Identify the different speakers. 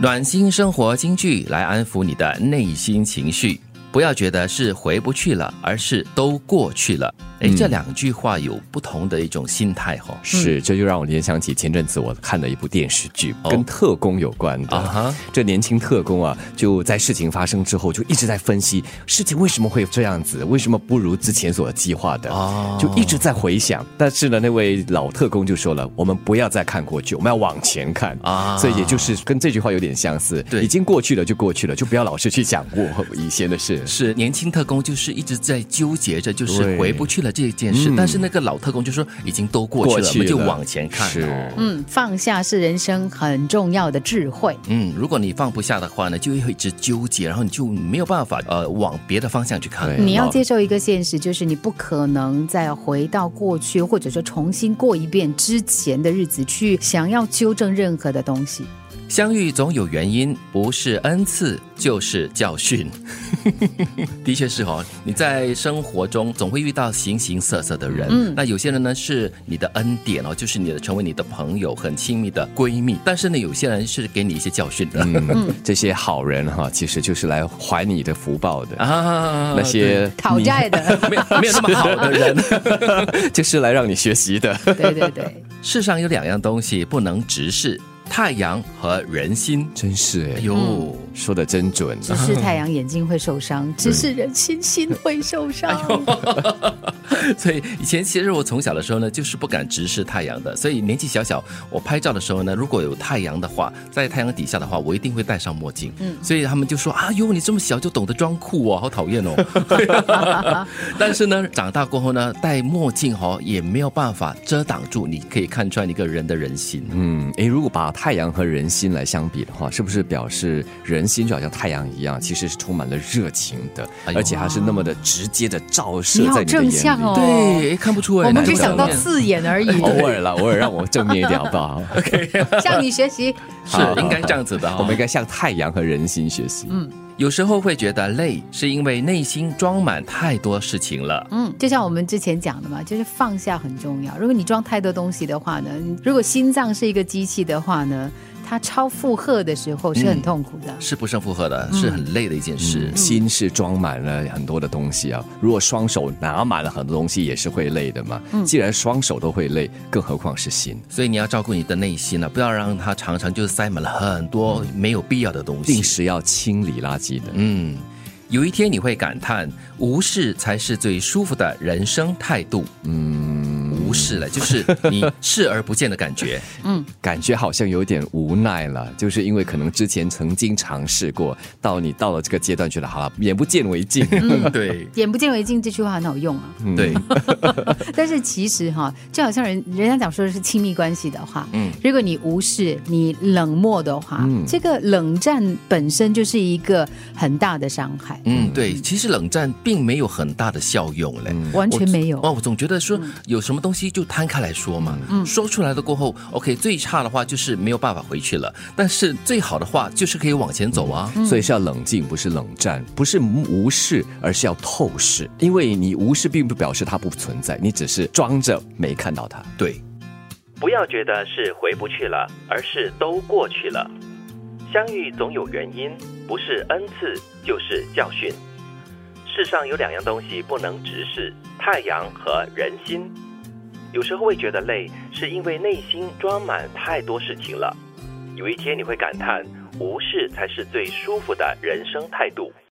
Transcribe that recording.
Speaker 1: 暖心生活金句来安抚你的内心情绪，不要觉得是回不去了，而是都过去了。哎，
Speaker 2: 嗯
Speaker 1: 这两句话有不同的一种心态哈、
Speaker 2: 是，这就让我联想起前阵子我看的一部电视剧，
Speaker 1: 哦
Speaker 2: 跟特工有关的。
Speaker 1: 啊哈，
Speaker 2: 这年轻特工啊，就在事情发生之后，就一直在分析事情为什么会这样子，为什么不如之前所计划的，
Speaker 1: 哦
Speaker 2: 就一直在回想。但是呢，那位老特工就说了，我们不要再看过去，我们要往前看
Speaker 1: 啊
Speaker 2: 啊。所以也就是跟这句话有点相似，
Speaker 1: 对
Speaker 2: 已经过去了就过去了，就不要老是去想我以前的事。
Speaker 1: 是年轻特工就是一直在纠结着，就是
Speaker 2: 对
Speaker 1: 回不去了这件事。
Speaker 2: 嗯
Speaker 1: 但是那个老特工就说已经都过去了，
Speaker 2: 过
Speaker 1: 我
Speaker 2: 去
Speaker 1: 们就
Speaker 2: 了
Speaker 1: 往前看、
Speaker 2: 是
Speaker 1: 哦。
Speaker 3: 嗯，放下是人生很重要的智慧。
Speaker 1: 嗯，如果你放不下的话呢，就会一直纠结，然后你就没有办法呃往别的方向去看。
Speaker 2: 对
Speaker 3: 你要
Speaker 2: 老
Speaker 3: 接受一个现实，就是你不可能再回到过去，或者说重新过一遍之前的日子，去想要纠正任何的东西。
Speaker 1: 相遇总有原因，不是恩赐就是教训。 的确是哦，你在生活中总会遇到形形色色的人。
Speaker 3: 嗯
Speaker 1: 那有些人呢是你的恩典哦，就是你的成为你的朋友，很亲密的闺蜜。但是呢，有些人是给你一些教训的、
Speaker 2: 嗯，这些好人哈、其实就是来还你的福报的。
Speaker 1: 啊，
Speaker 2: 那些
Speaker 3: 讨债 的，
Speaker 1: 对没有没有那么好的人。
Speaker 2: 就是来让你学习的。
Speaker 3: 对对对，
Speaker 1: 世上有两样东西不能直视：太阳和人心。
Speaker 2: 真是
Speaker 1: 哎
Speaker 2: 哎，
Speaker 1: 呦。
Speaker 2: 说的真准啊
Speaker 3: 只是太阳眼睛会受伤，只是人心心会受伤。
Speaker 1: 所以以前其实我从小的时候呢，就是不敢直视太阳的。所以年纪小小，我拍照的时候呢，如果有太阳的话，在太阳底下的话，我一定会戴上墨镜。嗯，所以他们就说啊，哟，你这么小就懂得装酷哦，好讨厌 哦。 但是呢，长大过后呢，戴墨镜哦也没有办法遮挡住，你可以看穿一个人的人心。
Speaker 2: 嗯，诶，如果把太阳和人心来相比的话，是不是表示人心就好像太阳一样，其实是充满了热情的，
Speaker 1: 哎呦
Speaker 2: 而且还是那么的直接的照射
Speaker 3: 你好
Speaker 2: 在你的
Speaker 3: 正
Speaker 2: 眼里。
Speaker 3: 向哦，
Speaker 1: 对，看不出哎，
Speaker 3: 我们
Speaker 1: 哪
Speaker 3: 只
Speaker 1: 里
Speaker 3: 想到
Speaker 1: 正面
Speaker 3: 刺眼而已，
Speaker 2: 偶尔啦，偶尔让我正面一点好不好？
Speaker 3: 向你学习。
Speaker 2: 好
Speaker 1: 是应该这样子的、哦。
Speaker 2: 我们应该向太阳和人心学习。
Speaker 1: 有时候会觉得累，是因为内心装满太多事情了。
Speaker 3: 嗯，就像我们之前讲的嘛，就是放下很重要。如果你装太多东西的话呢，如果心脏是一个机器的话呢，它超负荷的时候是很痛苦的。
Speaker 1: 是不胜负荷的，是很累的一件事
Speaker 2: 嗯。心是装满了很多的东西啊，如果双手拿满了很多东西，也是会累的嘛。
Speaker 1: 嗯
Speaker 2: 既然双手都会累，更何况是心。
Speaker 1: 所以你要照顾你的内心啊了，不要让它常常就塞满了很多没有必要的东
Speaker 2: 定
Speaker 1: 西。
Speaker 2: 时要清理垃圾的。
Speaker 1: 嗯，有一天你会感叹，无视才是最舒服的人生态度。嗯，无视了，就是你视而不见的感觉。
Speaker 2: 感觉好像有点无奈了，就是因为可能之前曾经尝试过，到你到了这个阶段，觉得好了，眼不见为净。
Speaker 1: 嗯，对
Speaker 3: 眼不见为净这句话很好用啊，
Speaker 1: 对，
Speaker 3: 但是其实哈，就好像人人家讲说的是亲密关系的话，
Speaker 1: 嗯
Speaker 3: 嗯，如果你无视、你冷漠的话，这个冷战本身就是一个很大的伤害，
Speaker 1: 嗯对，其实冷战并没有很大的效用嘞。
Speaker 3: 完全没有。
Speaker 1: 哦，我总觉得说有什么东西就摊开来说嘛，说出来了过后，OK，最差的话就是没有办法回去了，但是最好的话就是可以往前走啊。
Speaker 2: 所以是要冷静，不是冷战，不是无视，而是要透视。因为你无视，并不表示它不存在，你只是装着没看到它。
Speaker 1: 对，
Speaker 4: 不要觉得是回不去了，而是都过去了。相遇总有原因，不是恩赐就是教训。世上有两样东西不能直视：太阳和人心。有时候会觉得累，是因为内心装满太多事情了。有一天你会感叹，无视才是最舒服的人生态度。